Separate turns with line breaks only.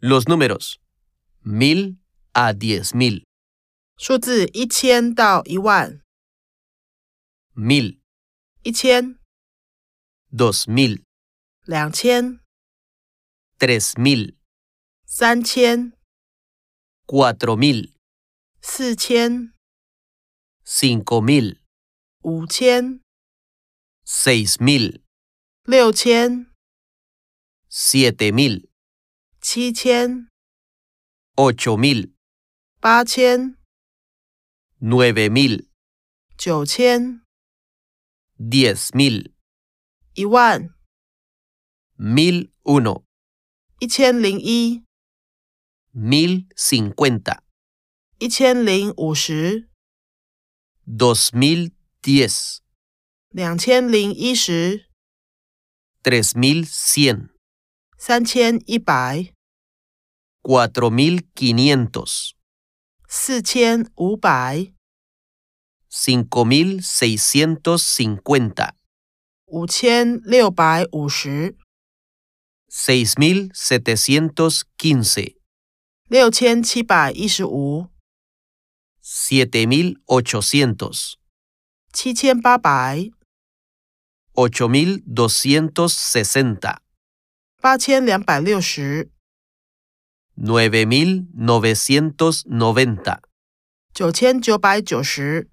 Los números. Mil a diez mil.
数字一千到一万，
Mil.
一千、
Dos mil.
两千、
Tres mil.
三千、
Cuatro mil.
四千、
Cinco mil.
五千、
Seis mil.
六千、
Siete mil.
七千、
Ocho mil.
八千、
Nueve mil.
九千、
Diez mil.
一万、
Mil uno.
一千零一、
Mil cincuenta.
一千零五十、
Dos mil diez.
两千零一十、
Tres mil cien.
三千一百、
Cuatro mil quinientos.
四千五百、
Cinco mil seiscientos cincuenta.
五千六百五十、
Seis mil setecientos quince.
六千七百一十五、
siete mil ochocientos,
七千八百、
ocho mil doscientos sesenta,
八千两百六十、
nueve mil novecientos noventa,
九千九百九十、